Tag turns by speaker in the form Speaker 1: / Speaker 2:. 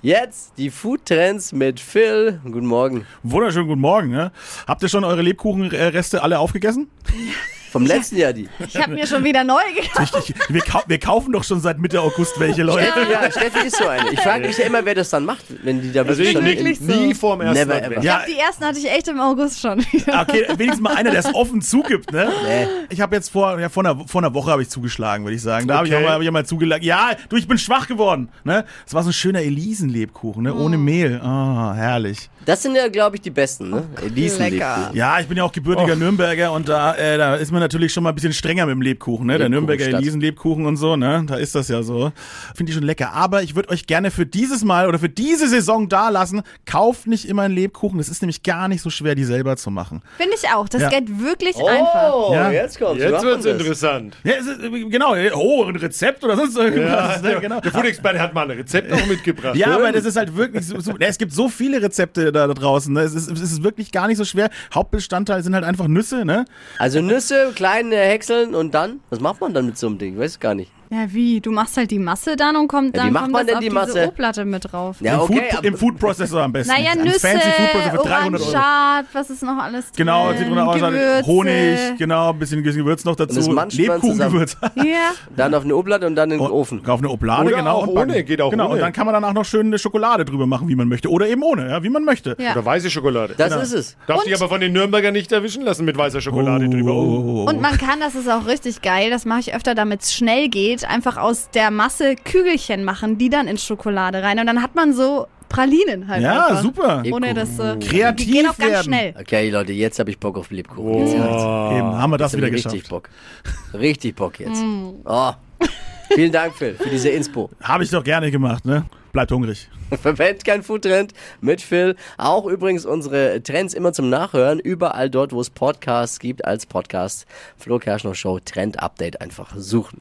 Speaker 1: Jetzt die Food Trends mit Phil. Guten Morgen.
Speaker 2: Wunderschönen guten Morgen. Ne? Habt ihr schon eure Lebkuchenreste alle aufgegessen?
Speaker 1: Vom letzten Jahr die.
Speaker 3: Ich habe mir schon wieder neu gekauft.
Speaker 2: Ich, wir, kau wir kaufen doch schon seit Mitte August welche Leute.
Speaker 1: Steffi, ja, Steffi ist so eine. Ich frage mich ja immer, wer das dann macht, wenn die da wirklich
Speaker 3: bin
Speaker 1: dann
Speaker 3: wirklich-
Speaker 1: in-
Speaker 3: so.
Speaker 4: nie vorm ersten
Speaker 1: Never
Speaker 4: Advent.
Speaker 1: ever.
Speaker 3: Ich glaub, die ersten hatte ich echt im August schon wieder.
Speaker 2: Okay, wenigstens mal einer, der es offen zugibt, ne?
Speaker 1: Nee.
Speaker 2: Ich habe jetzt vor, ja, vor, einer, vor einer Woche habe ich zugeschlagen, würde ich sagen. Da habe ich,
Speaker 4: Okay.
Speaker 2: auch mal- hab ich auch mal zugeschlagen. Ja, du, ich bin schwach geworden. Ne? Das war so ein schöner Elisenlebkuchen, ne?
Speaker 1: Oh.
Speaker 2: Ohne Mehl. Ah, herrlich.
Speaker 1: Das sind ja, glaube ich, die besten, ne? Elisenlebkuchen.
Speaker 3: Oh, lecker.
Speaker 2: Ja, ich bin ja auch gebürtiger Nürnberger und da, äh, da ist man natürlich schon mal ein bisschen strenger mit dem Lebkuchen, ne? Der Nürnberger
Speaker 1: Lebkuchenstadt.
Speaker 2: Elisenlebkuchen und so, ne? Da ist das ja so. Finde ich schon lecker. Aber ich würde euch gerne für dieses Mal oder für diese Saison da lassen, kauft nicht immer einen Lebkuchen. Das ist nämlich gar nicht so schwer, die selber zu machen.
Speaker 3: Finde ich auch. Das
Speaker 2: Ja.
Speaker 3: geht wirklich einfach.
Speaker 1: Oh,
Speaker 2: Ja.
Speaker 1: jetzt kommt's.
Speaker 4: Jetzt
Speaker 1: Macht
Speaker 4: wird's
Speaker 1: man das?
Speaker 4: interessant.
Speaker 2: Ja, es ist, äh, genau. äh, Oh, ein Rezept oder sonst irgendwas. ne? genau.
Speaker 4: Der Food-Experte hat mal ein Rezept noch mitgebracht.
Speaker 2: Ja, aber das ist halt wirklich so, so, es gibt so viele Rezepte da, da draußen. Ne? Es, ist, es ist wirklich gar nicht so schwer. Hauptbestandteil sind halt einfach Nüsse, ne?
Speaker 1: Also Nüsse, kleine Häckseln und dann? Was macht man dann mit so einem Ding? Ich weiß gar nicht.
Speaker 3: Ja, wie? Du machst halt die Masse dann und kommt,
Speaker 1: Ja, wie
Speaker 3: dann
Speaker 1: macht
Speaker 3: kommt
Speaker 1: man
Speaker 3: das
Speaker 1: denn
Speaker 3: auf
Speaker 1: die
Speaker 3: diese
Speaker 1: Masse?
Speaker 3: O-Platte mit drauf.
Speaker 1: Ja,
Speaker 2: Im,
Speaker 1: okay.
Speaker 2: Food, Im
Speaker 1: aber-
Speaker 2: Food Processor am besten.
Speaker 3: Naja,
Speaker 2: Ein
Speaker 3: Nüsse,
Speaker 2: Fancy Food Processor für 300 Euro.
Speaker 3: Orangenschat, was ist noch alles drin?
Speaker 2: Genau, sieht man aus,
Speaker 3: Äh, Gewürze.
Speaker 2: Honig, genau, ein bisschen Gewürz noch
Speaker 1: Und das
Speaker 2: dazu.
Speaker 1: manscht man
Speaker 2: Lebkuchengewürz.
Speaker 3: Ja.
Speaker 1: Dann auf eine Oblatte und dann in den
Speaker 2: Und
Speaker 1: Ofen.
Speaker 2: Auf eine Oblade,
Speaker 4: Oder
Speaker 2: Oh, genau.
Speaker 4: auch
Speaker 2: und backen.
Speaker 4: ohne, geht auch
Speaker 2: Genau,
Speaker 4: ohne.
Speaker 2: und dann kann man danach noch schön eine Schokolade drüber machen, wie man möchte. Oder eben ohne, ja, wie man möchte.
Speaker 3: ja.
Speaker 4: Oder weiße Schokolade.
Speaker 1: Das ist es.
Speaker 4: Darf
Speaker 3: Und-
Speaker 4: ich aber von den Nürnberger nicht erwischen lassen mit weißer Schokolade drüber. Oh.
Speaker 3: Und man kann, das ist auch richtig geil, das mache ich öfter, damit es schnell geht, einfach aus der Masse Kügelchen machen, die dann in Schokolade rein. Und dann hat man so Pralinen halt.
Speaker 2: Ja,
Speaker 3: einfach.
Speaker 2: super.
Speaker 3: Ohne dass. Äh,
Speaker 2: Kreativ
Speaker 3: Die gehen auch ganz
Speaker 2: werden.
Speaker 3: schnell.
Speaker 1: Okay, Leute, jetzt habe ich Bock auf Lebkuchen.
Speaker 4: Oh.
Speaker 1: Jetzt reicht's.
Speaker 2: Eben, haben wir das
Speaker 1: Jetzt hab
Speaker 2: wieder
Speaker 1: ich
Speaker 2: geschafft.
Speaker 1: richtig Bock. Richtig Bock jetzt. Oh. Vielen Dank, Phil, für diese Inspo.
Speaker 2: Habe ich doch gerne gemacht, ne? Bleibt hungrig.
Speaker 1: Verpennt kein Foodtrend mit Phil. Auch übrigens unsere Trends immer zum Nachhören. Überall dort, wo es Podcasts gibt, als Podcast. Flo Kerschner Show Trend Update einfach suchen.